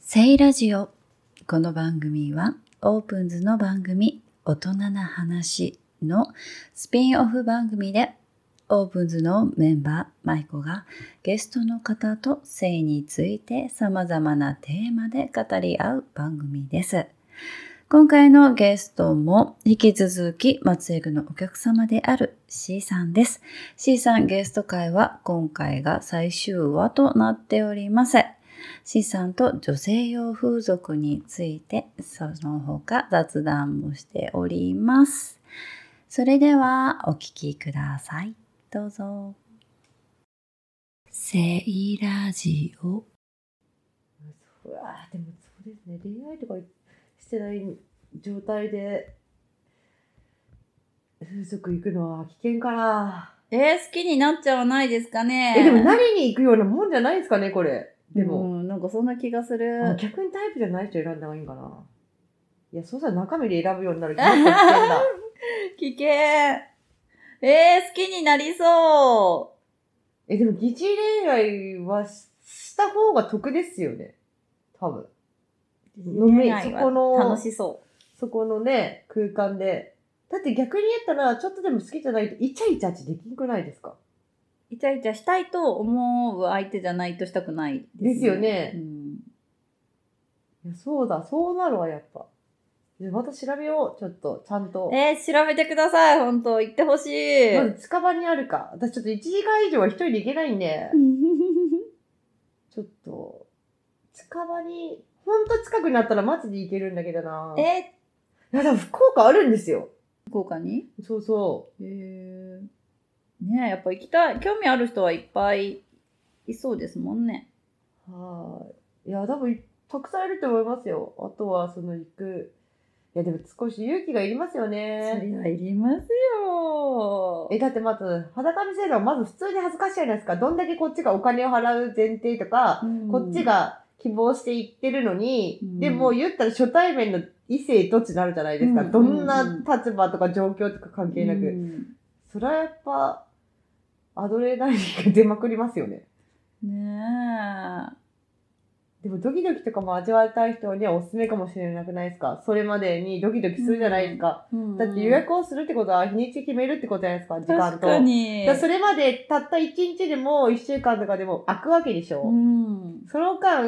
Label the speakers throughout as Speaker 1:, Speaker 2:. Speaker 1: セイラジオ。この番組は、オープンズの番組、大人な話のスピンオフ番組で、オープンズのメンバー、マイコがゲストの方と性について様々なテーマで語り合う番組です。今回のゲストも引き続き松江区のお客様である C さんです。C さんゲスト会は今回が最終話となっております。C さんと女性用風俗についてその他雑談もしております。それではお聞きください。どうぞ。セイラジオ。
Speaker 2: うわーでもそうですね恋愛とかしてない状態で風俗行くのは危険かな
Speaker 3: えー、好きになっちゃわないですかね
Speaker 2: えでも何に行くようなもんじゃないですかねこれでも、
Speaker 3: うん、なんかそんな気がす
Speaker 2: あ
Speaker 3: る。
Speaker 2: 逆にタイプじゃない人選んだ方がいいんかないやそうしたら中身で選ぶようになる気がするんだ
Speaker 3: 危険。えー、好きになりそ
Speaker 2: えでも疑似恋愛はしした方が得ですよね多分
Speaker 3: う。
Speaker 2: 飲め
Speaker 3: 恋愛は
Speaker 2: そこの
Speaker 3: 楽しそ
Speaker 2: そこのね空間でだって逆に言ったらちょっとでも好きじゃないとイチャイチャってできんくないですか
Speaker 3: う。イチャイチャしたいと思う相手じゃないとしたくない
Speaker 2: ですよね
Speaker 3: うん
Speaker 2: いやそうだ、そうなるわ、やっぱ。でまた調べよう、ちょっと、ちゃんと。
Speaker 3: えー、調べてください、本当行ってほしい。
Speaker 2: まず近場にあるか。私ちょっと1時間以上は一人で行けないんで、ちょっと、近場に、ほんと近くになったらマジで行けるんだけどな。い
Speaker 3: え
Speaker 2: や、でも福岡あるんですよ。
Speaker 3: ー、福岡に
Speaker 2: そうそ
Speaker 3: えー、ねえやっぱ行きたい、興味ある人はいっぱいいそうですもんね。
Speaker 2: う。はーい。いや、多分い、たくさんいると思いますよ。あとは、その、行く。いや、でも少し勇気がいりますよ
Speaker 3: そ
Speaker 2: ね。
Speaker 3: れはいりますよ。
Speaker 2: え、だってまず、裸見せるのはまず普通に恥ずかしいじゃないですか。どんだけこっちがお金を払う前提とか、
Speaker 3: うん
Speaker 2: こっちが希望して行ってるのに、
Speaker 3: うん
Speaker 2: でも言ったら初対面の異性どっちになるじゃないですか。
Speaker 3: うん
Speaker 2: どんな立場とか状況とか関係なく。
Speaker 3: うん
Speaker 2: それはやっぱ、アドレナリンが出まくりますよね。
Speaker 3: ね
Speaker 2: でもドキドキとかも味わいたい人にはおすすめかもしれなくないですか。それまでにドキドキするじゃないですか。
Speaker 3: え、
Speaker 2: だって予約をするってことは日にち決めるってことじゃないですか、時間と。
Speaker 3: 確かに
Speaker 2: だからそれまでたった1日でも1週間とかでも開くわけでしょ。
Speaker 3: うん、
Speaker 2: その間、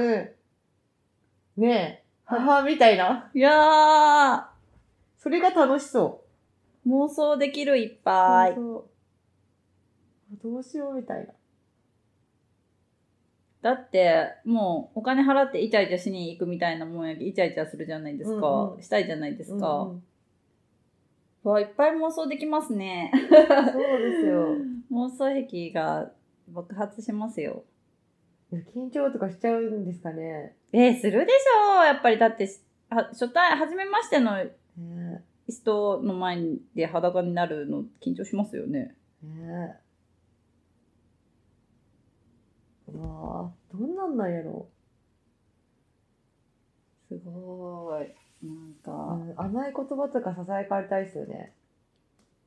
Speaker 2: ねえ、母みたいな。
Speaker 3: いや
Speaker 2: それが楽しそ
Speaker 3: ー妄想できるいっ
Speaker 2: う。
Speaker 3: ぱい
Speaker 2: そうそうどうしようみたいな。
Speaker 3: だってもうお金払ってイチャイチャしに行くみたいなもんやけイチャイチャするじゃないですか、
Speaker 2: うんうん
Speaker 3: したいじゃないですか、
Speaker 2: うんうん
Speaker 3: わいっぱい妄想できますね
Speaker 2: そうですよ。
Speaker 3: 妄想癖が爆発しますよ
Speaker 2: 緊張とかしちゃうんですかね。
Speaker 3: えー、するでしょうやっぱりだってしは初対初めましての
Speaker 2: ね
Speaker 3: 人の前で裸になるの緊張しますよね
Speaker 2: えねえうわあ、どんなんなんやろ
Speaker 3: すごーい。なん
Speaker 2: う、
Speaker 3: か、
Speaker 2: うん甘い言葉とかささやかれたいですよね。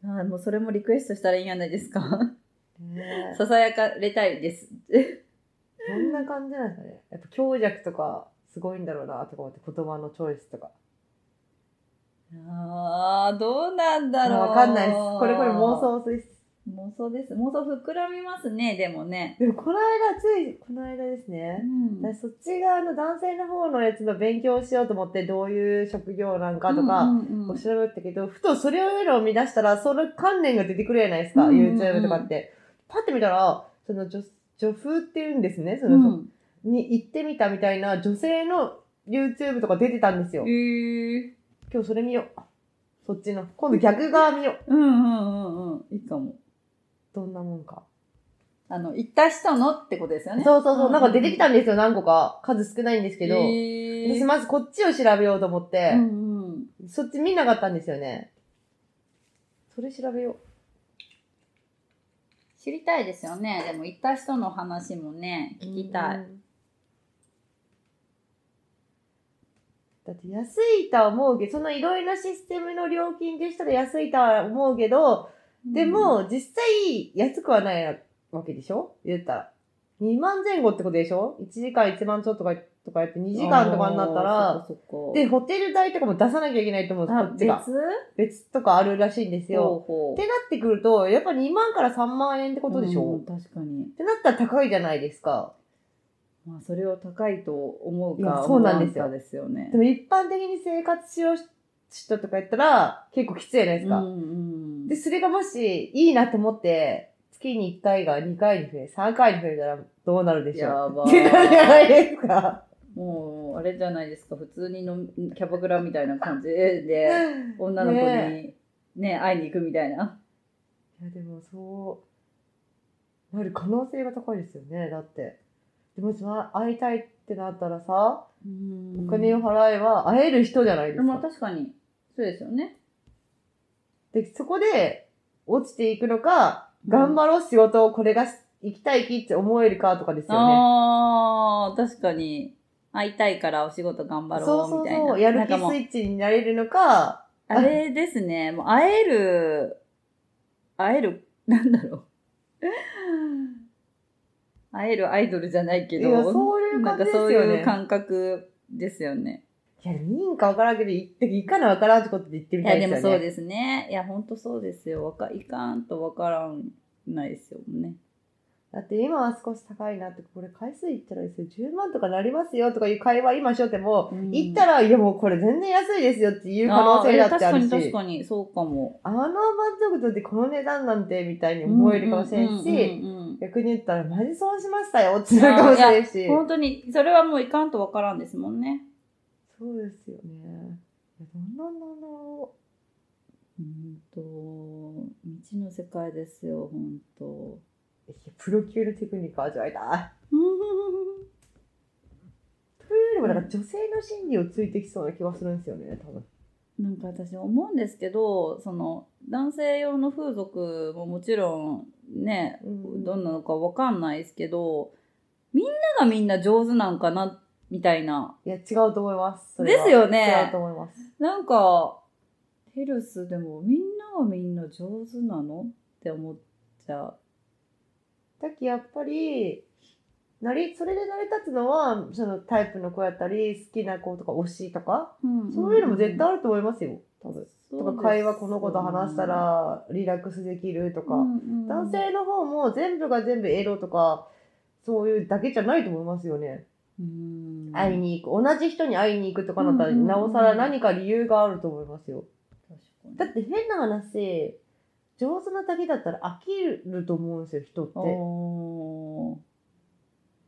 Speaker 3: あーもうそれもリクエストしたらいいんじゃないですか。
Speaker 2: ねえ
Speaker 3: ささやかれたいです。
Speaker 2: どんな感じなんですかね。やっぱ強弱とかすごいんだろうなとか思って言葉のチョイスとか。
Speaker 3: ああ、どうなんだろう。
Speaker 2: わかんないです。これこれ妄。想です。
Speaker 3: 妄想です。妄想膨らみますね、でもね。
Speaker 2: でもこの間、ついこの間ですね。
Speaker 3: うん
Speaker 2: 私そっち側の男性の方のやつの勉強をしようと思ってどういう職業なんかと
Speaker 3: う
Speaker 2: か
Speaker 3: んうんう
Speaker 2: お
Speaker 3: ん
Speaker 2: 調べたけど、ふとそれをのを見出したらその関連が出てくるじゃないですか、
Speaker 3: うんうんうん
Speaker 2: YouTube とかって。パッて見たらその女女風っていうんですねその、
Speaker 3: うん
Speaker 2: に行ってみたみたいな女性の YouTube とか出てたんですよ
Speaker 3: え。ー
Speaker 2: 今日それ見よう。そっちの。今度逆側見よう。
Speaker 3: うんうんうんうん。いいかも。
Speaker 2: どんなもんか。
Speaker 3: あの、行った人のってことですよね。
Speaker 2: そうそうそう。
Speaker 3: ん
Speaker 2: なんか出てきたんですよ、何個か。数少ないんですけど。
Speaker 3: え
Speaker 2: 私
Speaker 3: ー
Speaker 2: まずこっちを調べようと思って。
Speaker 3: うんうん
Speaker 2: そっち見なかったんですよね。それ調べよ
Speaker 3: 知りたいですよね。でも行った人の話もね、
Speaker 2: う。
Speaker 3: 聞きたい。
Speaker 2: うん。だって安いとは思うけど、そのいろいろなシステムの料金でしたら安いとは思うけど、でも実際安くはないわけでしょ言ったら。 2万前後ってことでしょ ?1 時間1万ちょっとかとかやって2時間とかになったら、
Speaker 3: そっかそっか
Speaker 2: で、ホテル代とかも出さなきゃいけないと思うんです
Speaker 3: あ
Speaker 2: こっちが。
Speaker 3: 別
Speaker 2: 別とかあるらしいんですよ。
Speaker 3: ほうほ
Speaker 2: っ
Speaker 3: う
Speaker 2: てなってくると、やっぱ2万から3万円ってことでしょ、
Speaker 3: う
Speaker 2: っ
Speaker 3: ん確かに。
Speaker 2: てなったら高いじゃないですか。
Speaker 3: まあ、それを高いと思う
Speaker 2: い
Speaker 3: か
Speaker 2: やそうなんですよ
Speaker 3: 思わかですよね
Speaker 2: で。も一般的に生活しよう人とかやったら結構きついじゃないですか。
Speaker 3: うんうん
Speaker 2: で、それがもしいいなと思って、月に1回が2回に増え、3回に増えたらどうなるでしょう
Speaker 3: やば
Speaker 2: ってな るじゃ
Speaker 3: ー
Speaker 2: ないですか。
Speaker 3: もう、あれじゃないですか、普通にのキャバクラみたいな感じで、女の子に
Speaker 2: ね
Speaker 3: ね会いに行くみたいな。
Speaker 2: いや、でもそう、なる可能性が高いですよね、だって。でもし会いたいってなったらさ、お金を払えば会える人じゃないですか。
Speaker 3: まあ、確かに、そうですよね。
Speaker 2: で、そこで落ちていくのか、頑張ろう仕事をこれがし行きたいきって思えるかとかですよね。
Speaker 3: ああ、確かに。会いたいからお仕事頑張
Speaker 2: そ
Speaker 3: ろ
Speaker 2: うそうう
Speaker 3: みたいな。
Speaker 2: そう、やる
Speaker 3: なん
Speaker 2: 気
Speaker 3: かもう
Speaker 2: スイッチになれるのか、
Speaker 3: あれですね、もう会える、会える、なんだろう。会えるアイドルじゃないけど、
Speaker 2: いやそういう感じですよね
Speaker 3: なんかそういう感覚ですよね。
Speaker 2: いや、認可わからんけど、行って、行かなわからんってことで言ってみ
Speaker 3: い
Speaker 2: た
Speaker 3: や、
Speaker 2: いで
Speaker 3: です
Speaker 2: よ
Speaker 3: も
Speaker 2: ね。
Speaker 3: そうですね。いや、ほんとそうですよ。わか、いかんとわからんないですよね。
Speaker 2: だって今は少し高いなって、これ回数いったらですよ、10万とかなりますよとかいう会話今しようっても、
Speaker 3: うん
Speaker 2: 行ったら、いやもうこれ全然安いですよっていう可能性だってある
Speaker 3: ーいや確かに確
Speaker 2: し、あ
Speaker 3: かに、そうかも。
Speaker 2: の満足度でこの値段なんてみたいに思えるかもしれん
Speaker 3: う
Speaker 2: し、
Speaker 3: んうんうんうん
Speaker 2: 逆に言ったら、マジ損しましたよってなるかもしれんし。
Speaker 3: 本当に、それはもういかんとわからんですもんね。
Speaker 2: そうですよね。いやどんなんなんだろ
Speaker 3: うんと、未知の世界ですよ、ほんと。
Speaker 2: う。いやプロ級のテクニック味わいたい。というよりも、なんか女性の心理をついてきそうな気がするんですよね、多分。
Speaker 3: なんか私思うんですけどその男性用の風俗ももちろんね
Speaker 2: うん
Speaker 3: どんなのかわかんないですけどみんながみんな上手なんかなみたいない
Speaker 2: や、違うと思います。それは
Speaker 3: ですよ
Speaker 2: 違う
Speaker 3: ね
Speaker 2: と思います。
Speaker 3: なんかヘルスでもみんながみんな上手なのって思っちゃう。
Speaker 2: だっきやっぱり、なり、それで成り立つのは、そのタイプの子やったり、好きな子とか推しとか、そういうのも絶対あると思いますよ、多分。とか、会話この子と話したら、リラックスできるとか。男性の方も全部が全部エロとか、そういうだけじゃないと思いますよね。会いに行く。同じ人に会いに行くとかだったら、
Speaker 3: うんうんうん
Speaker 2: なおさら何か理由があると思いますよ。だ
Speaker 3: だ
Speaker 2: って変な話、上手なだけだったら飽きると思うんですよ、人って。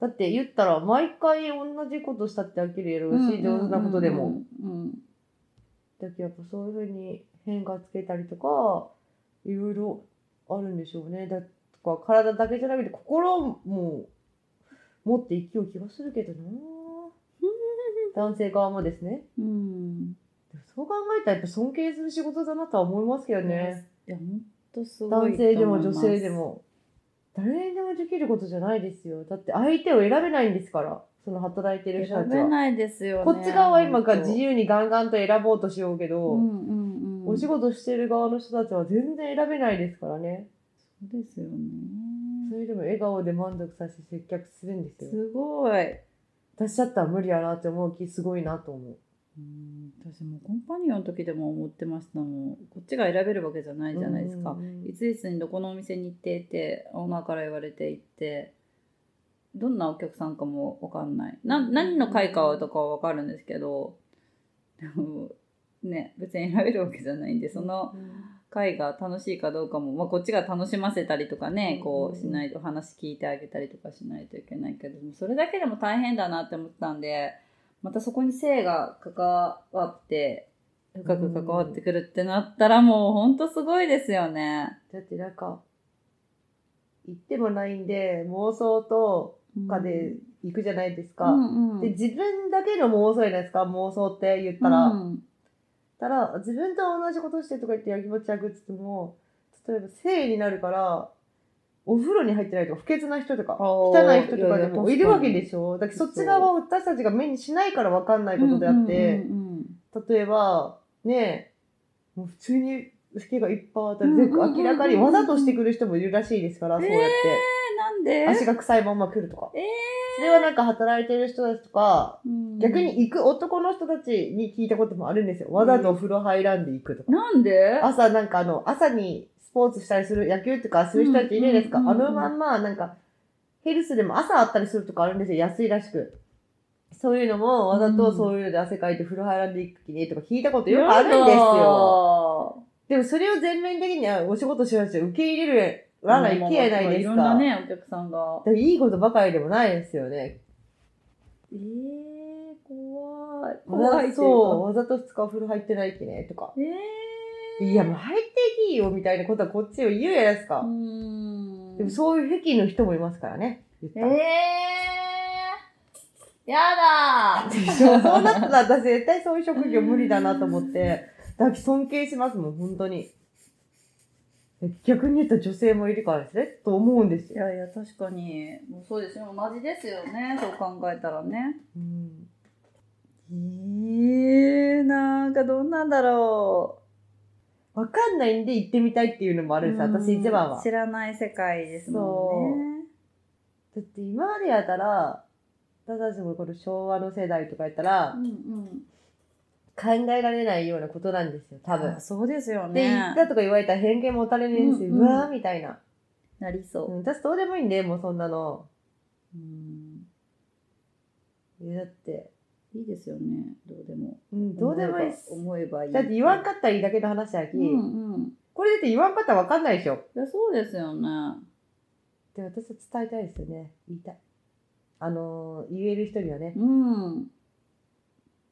Speaker 2: だって言ったら、毎回同じことしたって飽きるやろうし、上手なことで
Speaker 3: う
Speaker 2: も。。
Speaker 3: んうんうんうん
Speaker 2: だけどやっぱそういうふうに変化つけたりとか、いろいろあるんでしょうね。だとか、体だけじゃなくて、心も持って生きよう気がするけど な男性側もですね。
Speaker 3: うん
Speaker 2: でもそう考えたらやっぱ尊敬する仕事だなとは思いますけどね。
Speaker 3: いや、本当すごい
Speaker 2: 男性でも
Speaker 3: と
Speaker 2: 女
Speaker 3: 思います
Speaker 2: 性で。も。誰にでもできることじゃないですよ。だって相手を選べないんですから。その働いてる人た
Speaker 3: 選
Speaker 2: ち
Speaker 3: べ
Speaker 2: は。
Speaker 3: ないですよね。
Speaker 2: こっち側は今から自
Speaker 3: 由。
Speaker 2: 由にガンガンと選ぼうとしようけど、
Speaker 3: うんうんうん。
Speaker 2: お仕事してる側の人たちは全然選べないですからね。
Speaker 3: そうですよね。
Speaker 2: それでも笑顔で満足させて接客するんですよ。
Speaker 3: すごい。
Speaker 2: 私だったら無理やなって思う気すごいなと思う。
Speaker 3: うん私もコンパニオンの時でも思ってましたもん。こっちが選べるわけじゃないじゃないですか
Speaker 2: う。ん
Speaker 3: いついつにどこのお店に行っていて、オーナーから言われて行って、どんなお客さんかもわかんない。な何の会かとかはわかるんですけど、でもね、別に選べるわけじゃないんで、その、会が楽しいかどうかも、まあ、こっちが楽しませたりとかね、こうしないと話聞いてあげたりとかしないといけないけどそれだけでも大変だなって思ったんでまたそこに性が関わって深く関わってくるってなったらもうほんとすごいですよね。
Speaker 2: だってなんか、行ってもないんで、妄想とかで行くじゃないですか。
Speaker 3: うんうん、
Speaker 2: で、自分だけの妄想じゃないですか、妄想って言ったら。
Speaker 3: うん
Speaker 2: たら自分と同じことしてとか言ってやきもち焼くっつっても例えば性になるからお風呂に入ってないとか不潔な人とか汚
Speaker 3: ー
Speaker 2: い人とかでも
Speaker 3: いやいや
Speaker 2: いるわけでしょだけどそっち側は私たちが目にしないから分かんないことであ
Speaker 3: う
Speaker 2: って、
Speaker 3: んうんうんうん
Speaker 2: 例えばねえもう普通に老けがいっぱいあったら
Speaker 3: うんうんうんうん
Speaker 2: 明らかにわざとしてくる人もいるらしいですから、そうやって、
Speaker 3: えなんで
Speaker 2: 足が臭いまんま来るとか。
Speaker 3: えー
Speaker 2: それはなんか働いてる人たちとか、
Speaker 3: うん
Speaker 2: 逆に行く男の人たちに聞いたこともあるんですよ。わざとお風呂入らんで行くとか。
Speaker 3: なんで
Speaker 2: 朝なんかあの、朝にスポーツしたりする、野球とかする人たちいるじゃないですか。
Speaker 3: うんうんうんうん
Speaker 2: あのまんま、なんか、ヘルスでも朝あったりするとかあるんですよ。安いらしく。そういうのも、わざとそういうので汗かいて風呂入らんでいく気にとか聞いたことよくあるんですよ。
Speaker 3: よ。
Speaker 2: でもそれを全面的にあお仕事しようとして受け入れるらないきえないですか。
Speaker 3: いろんなね、お客さんが。
Speaker 2: でもいいことばかりでもないですよね。
Speaker 3: えー、怖い。
Speaker 2: わ
Speaker 3: 怖
Speaker 2: ざ
Speaker 3: い
Speaker 2: とそう、わざと2日お風呂入ってないきね、とか。
Speaker 3: う。えー。
Speaker 2: いや、もう入っていいよ、みたいなことはこっちを言うやないですか
Speaker 3: う。ん。
Speaker 2: でもそういう癖の人もいますからね。言った
Speaker 3: え
Speaker 2: ら
Speaker 3: ー。やだー。
Speaker 2: でしょそうなったら私絶対そういう職業無理だなと思って、だき尊敬しますもん、本当に。逆に言うと女性もいるからですね、と思うんです
Speaker 3: い
Speaker 2: よ。
Speaker 3: やいや、確かに。もうそうですよ。同じですよね。そう考えたらね。
Speaker 2: うん、
Speaker 3: えー、なんかどんなんだろう。
Speaker 2: わかんないんで行ってみたいっていうのもあるんですよ、私一番は。
Speaker 3: 知らない世界ですもんね。
Speaker 2: だって今までやったら、私たちもこの昭和の世代とかやったら
Speaker 3: う、んうん。
Speaker 2: 考えられないようなことなんですよ、多分。
Speaker 3: あそうですよ
Speaker 2: で、行
Speaker 3: ね
Speaker 2: っ。たとか言われたら偏見持たれるんです
Speaker 3: う
Speaker 2: よ、
Speaker 3: ん
Speaker 2: う
Speaker 3: うん
Speaker 2: わーみたいな。
Speaker 3: なりそうう。
Speaker 2: ん私どうでもいいんで、もうそんなの。
Speaker 3: うん
Speaker 2: いやだって、
Speaker 3: いいですよね。どうでも。
Speaker 2: うん、どうでもいいっす。
Speaker 3: 思えばいい。
Speaker 2: だって言わんかったらいいだけの話やき、
Speaker 3: うんうん。
Speaker 2: これだって言わんかったらわかんないでしょ。
Speaker 3: いや、そうですよね。
Speaker 2: で、私は伝えたいですよね。言いたい。あのー、言える人にはね。
Speaker 3: うん。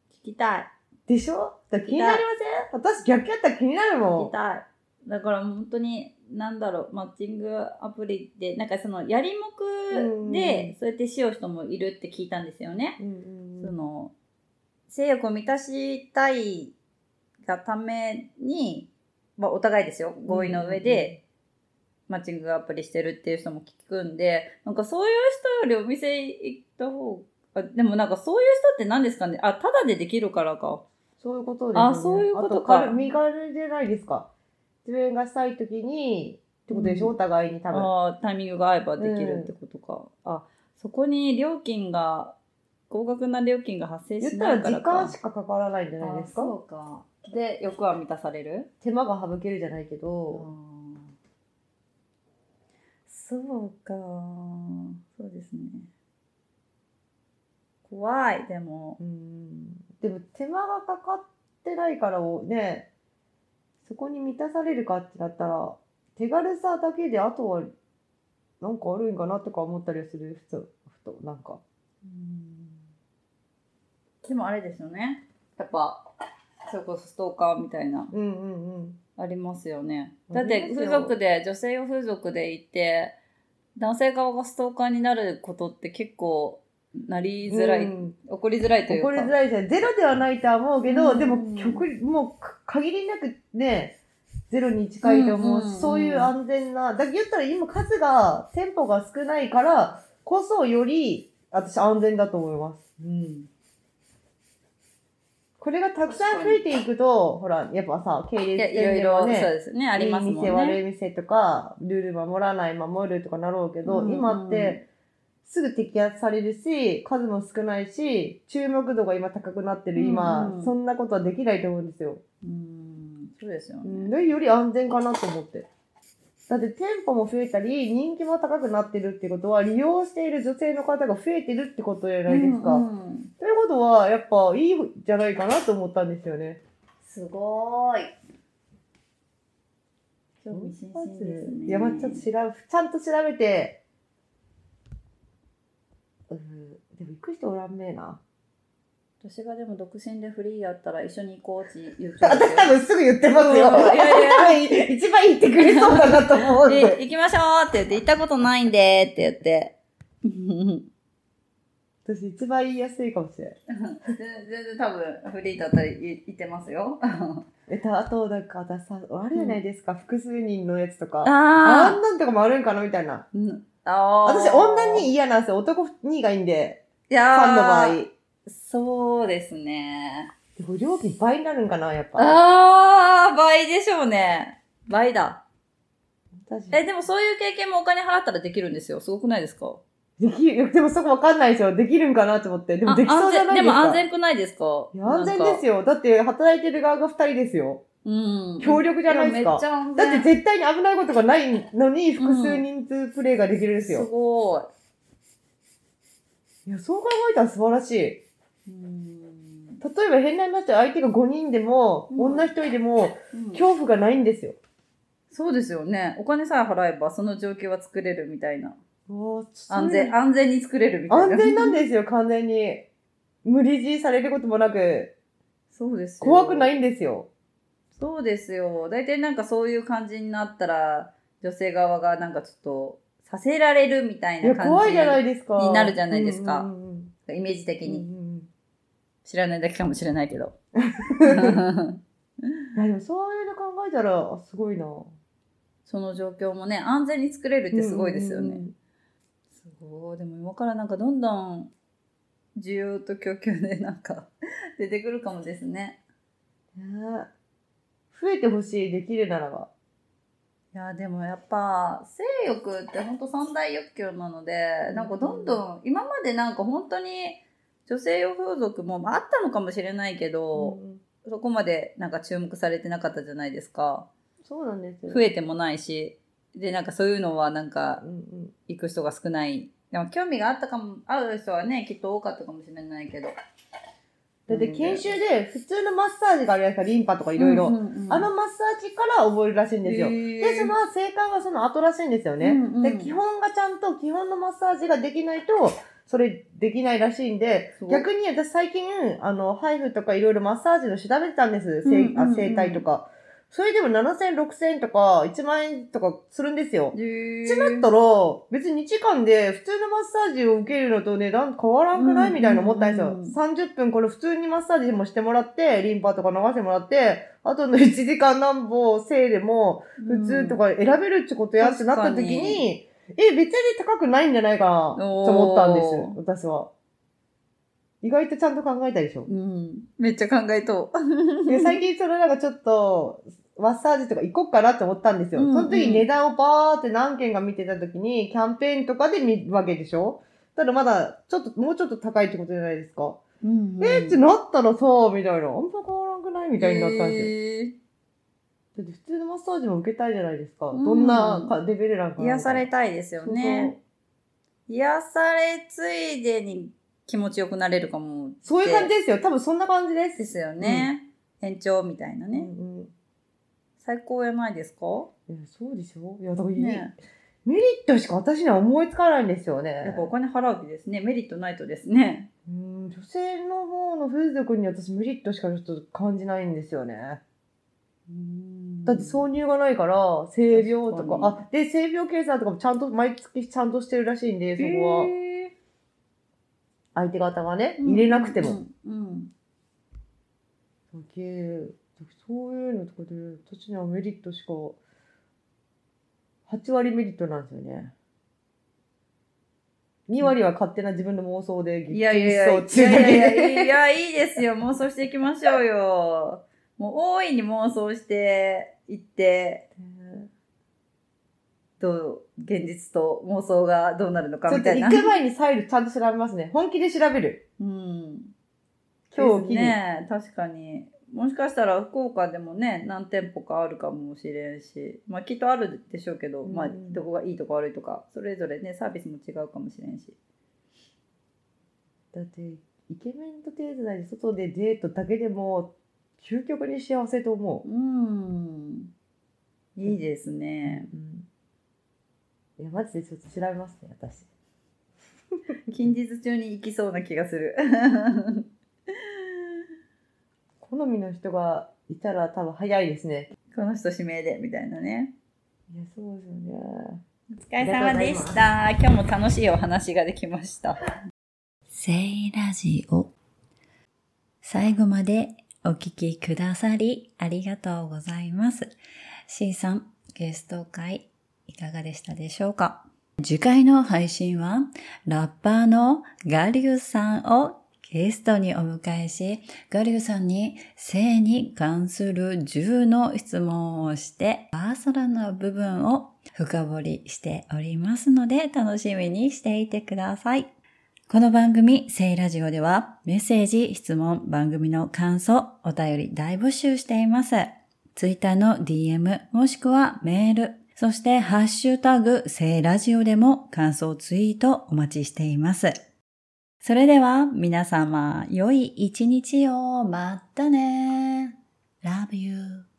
Speaker 3: 聞きたい。
Speaker 2: でしょだから気になりません私逆やったら気になる
Speaker 3: 聞
Speaker 2: も
Speaker 3: きたい。だから本当に、なんだろう、マッチングアプリって、なんかその、やりもく
Speaker 2: うん
Speaker 3: で、そうやってしよう人もいるって聞いたんですよね。
Speaker 2: ん。うんうん
Speaker 3: その、性欲を満たしたいがために、まあ、お互いですよ、合意の上で、マッチングアプリしてるっていう人も聞くんで、なんかそういう人よりお店行った方が、でもなんかそういう人って何ですかねあ、ただでできるからか。
Speaker 2: そういうことですよね。
Speaker 3: あそういうことか
Speaker 2: あ軽身軽じゃないですか。自分がしたいときに、ってことでしょ、
Speaker 3: う
Speaker 2: お互いに多分。
Speaker 3: あータイミングが合えばできるってことか。あ、そこに料金が、高額な料金が発生
Speaker 2: 言
Speaker 3: し
Speaker 2: っ
Speaker 3: な
Speaker 2: た
Speaker 3: いから
Speaker 2: ら時
Speaker 3: か。
Speaker 2: 間しかかからないんじゃないです
Speaker 3: あ
Speaker 2: か
Speaker 3: そうか。で、欲は満たされる
Speaker 2: 手間が省けるじゃないけど、
Speaker 3: そうかそうですね怖いでも
Speaker 2: うんでも手間がかかってないからをねそこに満たされるかってなったら手軽さだけであとはなんかあるんかなとか思ったりはするふとふとなんか
Speaker 3: でもあれですよねやっぱそれこそストーカーみたいな
Speaker 2: うんうんうん
Speaker 3: ありますよねだ
Speaker 2: あ
Speaker 3: っ
Speaker 2: りますよ
Speaker 3: て風俗で女性を風俗でいて男性側がストーカーになることって結構なりづらい、
Speaker 2: うん
Speaker 3: 起こりづらいというか
Speaker 2: 怒りづらいじゃんゼロではないとは思うけど、
Speaker 3: うん
Speaker 2: でも極力もうか限りなくねゼロに近いと思うし、
Speaker 3: うんうんうん
Speaker 2: そういう安全なだけ言ったら今数が店舗が少ないからこそより私安全だと思います
Speaker 3: うん
Speaker 2: これがたくさん増えていくと、ほら、やっぱさ、経営
Speaker 3: いやい
Speaker 2: 店
Speaker 3: ろい
Speaker 2: で
Speaker 3: ろ、
Speaker 2: は
Speaker 3: そう
Speaker 2: ね、
Speaker 3: ですねあります
Speaker 2: いい
Speaker 3: もんね
Speaker 2: 店、悪い店とか、ルール守らない、守るとかなろうけど、
Speaker 3: うんうん
Speaker 2: 今って、すぐ摘発されるし、数も少ないし、注目度が今高くなってる今、
Speaker 3: うんうん
Speaker 2: そんなことはできないと思うんですよ。
Speaker 3: うんそうですよ
Speaker 2: う
Speaker 3: ね。
Speaker 2: ん、でより安全かなと思って。だって店舗も増えたり、人気も高くなってるってことは、利用している女性の方が増えてるってことじゃないですか。
Speaker 3: うんうん
Speaker 2: ということは、やっぱいいんじゃないかなと思ったんですよね。
Speaker 3: すごーい。興味津々ですね。
Speaker 2: いや、まあちょっと調べ、ちゃんと調べて、うん、でも行く人おらんねえな。
Speaker 3: 私がでも独身でフリーやったら一緒に行こうって言っちゃう
Speaker 2: 私多分すぐ言ってますよ。
Speaker 3: いやいや
Speaker 2: 多分一番言ってくれそうだなと思うん
Speaker 3: え
Speaker 2: で。
Speaker 3: 行きましょうって言って、行ったことないんでって言って。
Speaker 2: 私一番言いやすいかもしれない。
Speaker 3: 全然多分フリーだったら言ってますよ。
Speaker 2: えっと、あと、なんか、私さ、あるじゃないですか、複数人のやつとか。あ
Speaker 3: あ
Speaker 2: んなんとかもあるんかなみたいな。
Speaker 3: あ
Speaker 2: 私、女に嫌なんですよ。男2がいいんで、
Speaker 3: いや
Speaker 2: 3の場合。
Speaker 3: そうですね。
Speaker 2: でも料金倍になるんかな、やっぱ。
Speaker 3: ああ、倍でしょうね。倍だ。
Speaker 2: 確か
Speaker 3: え、
Speaker 2: に。
Speaker 3: でもそういう経験もお金払ったらできるんですよ。すごくないですか
Speaker 2: でき る、でもそこわかんないですよ。できるんかなと思って。でも
Speaker 3: あ
Speaker 2: できそうじゃないです
Speaker 3: 安全でも
Speaker 2: か。
Speaker 3: 安全くないですか
Speaker 2: いや安全ですよ。だって働いてる側が二人ですよ。
Speaker 3: うん。
Speaker 2: 協力じゃないですか
Speaker 3: やめっちゃ安
Speaker 2: だ
Speaker 3: 全。
Speaker 2: って絶対に危ないことがないのに複数人数プレイができるんです
Speaker 3: す
Speaker 2: よ。
Speaker 3: ごい。
Speaker 2: いや、そう考えたら素晴らしい。例
Speaker 3: うん。
Speaker 2: えば変な話相手が5人でも、
Speaker 3: うん
Speaker 2: 女1人でも恐怖がないんですよ。
Speaker 3: そうですよね。お金さえ払えばその状況は作れるみたいな。
Speaker 2: おー
Speaker 3: 安全、。安全に作れるみたいな。
Speaker 2: 安全なんですよ、完全に。無理強いされることもなく、
Speaker 3: そうですよ。
Speaker 2: 怖くないいんですよ。
Speaker 3: そうですよ。大体なんかそういう感じになったら、女性側がなんかちょっと、させられるみたい
Speaker 2: いや、
Speaker 3: な感じ
Speaker 2: 怖いじゃないですか。
Speaker 3: になるじゃないですか
Speaker 2: うんうんうん
Speaker 3: イメージ的
Speaker 2: うんう
Speaker 3: に、
Speaker 2: ん
Speaker 3: 知らないだけかもしれないけ ど。
Speaker 2: いや、でもそういうの考えたら、あすごいな。
Speaker 3: その状況もね、安全に作れるってすごいですよね。
Speaker 2: うんうんうん
Speaker 3: すごい。でも今からなんかどんどん需要と供給でなんか 出てくるかもですね。
Speaker 2: ね増えてほしい、できるならば。
Speaker 3: いやでもやっぱ性欲ってほんと三大欲求なのでなんかどんどん今までなんか本当に女性用風俗もまああったのかもしれないけど、
Speaker 2: うんうん
Speaker 3: そこまでなんか注目されてなかったじゃないですか
Speaker 2: そうなんですよ。
Speaker 3: 増えてもないしでなんかそういうのはなんか
Speaker 2: うんうん
Speaker 3: 行く人が少ないでも興味があったかも会う人はねきっと多かったかもしれないけど
Speaker 2: だって研修で普通のマッサージがあるやつか、リンパとかい
Speaker 3: い
Speaker 2: ろいろ。あのマッサージから覚えるらしいんですよ。で、その生還はその後らしいんですよね。
Speaker 3: うんうん
Speaker 2: で、基本がちゃんと、基本のマッサージができないと、それできないらしいんで、
Speaker 3: すごい
Speaker 2: 逆に私最近、あの、ハイフとかいろいろマッサージの調べてたんです。
Speaker 3: うん
Speaker 2: せ
Speaker 3: うん
Speaker 2: いあ整体とか。それでも7000、6000とか、1万円とかするんですよ。ってなったら、別に2時間で普通のマッサージを受けるのと値段変わらんくないみたいな思ったんです
Speaker 3: うんうんうん
Speaker 2: よ。30分これ普通にマッサージもしてもらって、リンパとか流してもらって、あとの1時間なんぼ、せいでも、普通とか選べるってことやってなった時に、
Speaker 3: 確か
Speaker 2: え、別に高くないんじゃないかなと思ったんです、私は。意外とちゃんと考えたでしょ。
Speaker 3: うん、めっちゃ考えとう。
Speaker 2: で、最近それなんかちょっと、マッサージとか行こっかなと思ったんですよ。
Speaker 3: うんうん
Speaker 2: その時値段をバーって何件か見てた時に、キャンペーンとかで見るわけでしょただまだ、ちょっと、もうちょっと高いってことじゃないですか。
Speaker 3: うんうん
Speaker 2: えーってなったらさ、みたいな。あんま変わらんくないみたいになったんですよ。
Speaker 3: え
Speaker 2: だって普通のマッサージも受けたいじゃないですか。
Speaker 3: うん
Speaker 2: どんなかレベルなんかな
Speaker 3: ー癒されたいですよね。癒されついでに気持ちよくなれるかも。
Speaker 2: そうそういう感じですよ。多分そんな感じです。
Speaker 3: ですよね。延長みたいなね。
Speaker 2: うんうん
Speaker 3: 最高やないですか
Speaker 2: いやそうでしょいや、だからいい、
Speaker 3: ね
Speaker 2: メリットしか私には思いつかないんですよね。
Speaker 3: やっぱお金払う気ですね。メリットないとですね。
Speaker 2: うん女性の方の風俗に私メリットしかちょっと感じないんですよね。だって
Speaker 3: う
Speaker 2: 挿入がないから、性病と
Speaker 3: 確
Speaker 2: か、
Speaker 3: かに
Speaker 2: あ、で、性病検査とかもちゃんと、毎月ちゃんとしてるらしいんで、そこは、
Speaker 3: え
Speaker 2: 相手方がね、
Speaker 3: ー
Speaker 2: 入れなくても。。
Speaker 3: うんうん
Speaker 2: だけそういうのとかで、私にはメリットしか、8割メリットなんですよね。2割は勝手な自分の妄想で、
Speaker 3: いやいやいや、
Speaker 2: 激しそうっていうだ
Speaker 3: い
Speaker 2: け
Speaker 3: やいやいやいや、いいです よ。妄想していきましょうよ。もう大いに妄想していって、どう、現実と妄想がどうなるのか
Speaker 2: ちょ
Speaker 3: み
Speaker 2: っと
Speaker 3: たい
Speaker 2: 行
Speaker 3: な。
Speaker 2: く前にサイルちゃんと調べますね。本気で調べる。
Speaker 3: うん。
Speaker 2: 今日
Speaker 3: で
Speaker 2: を
Speaker 3: す
Speaker 2: 機に。
Speaker 3: ね、確かに。もしかしたら福岡でもね、何店舗かあるかもしれんし、まあきっとあるでしょうけど、
Speaker 2: うん
Speaker 3: まあどこがいいとか悪いとか、それぞれね、サービスも違うかもしれんし。
Speaker 2: だって、イケメンと手繋いで外でデートだけでも、究極に幸せと思
Speaker 3: うん。いいですね。
Speaker 2: う。いや、マジでちょっと調べますね、私。
Speaker 3: 近日中に行きそうな気がする。
Speaker 2: 好みの人がいたら多分早いですね。
Speaker 3: この人指名でみたいなね。
Speaker 2: いや、そうですよね。
Speaker 3: お疲れ様でした。今日も楽しいお話ができました。
Speaker 1: セイラジオ。最後までお聞きくださりありがとうございます。C さん、ゲスト会いかがでしたでしょうか次回の配信はラッパーのガリュウさんを
Speaker 3: ゲストにお迎えし、ガリューさんに性に関する10の質問をして、パーソナルな部分を深掘りしておりますので、楽しみにしていてください。この番組、聖ラジオでは、メッセージ、質問、番組の感想、お便り大募集しています。ツイッターの DM、もしくはメール、そしてハッシュタグ、聖ラジオでも感想ツイートお待ちしています。それでは皆様、良い一日を。またね。Love you.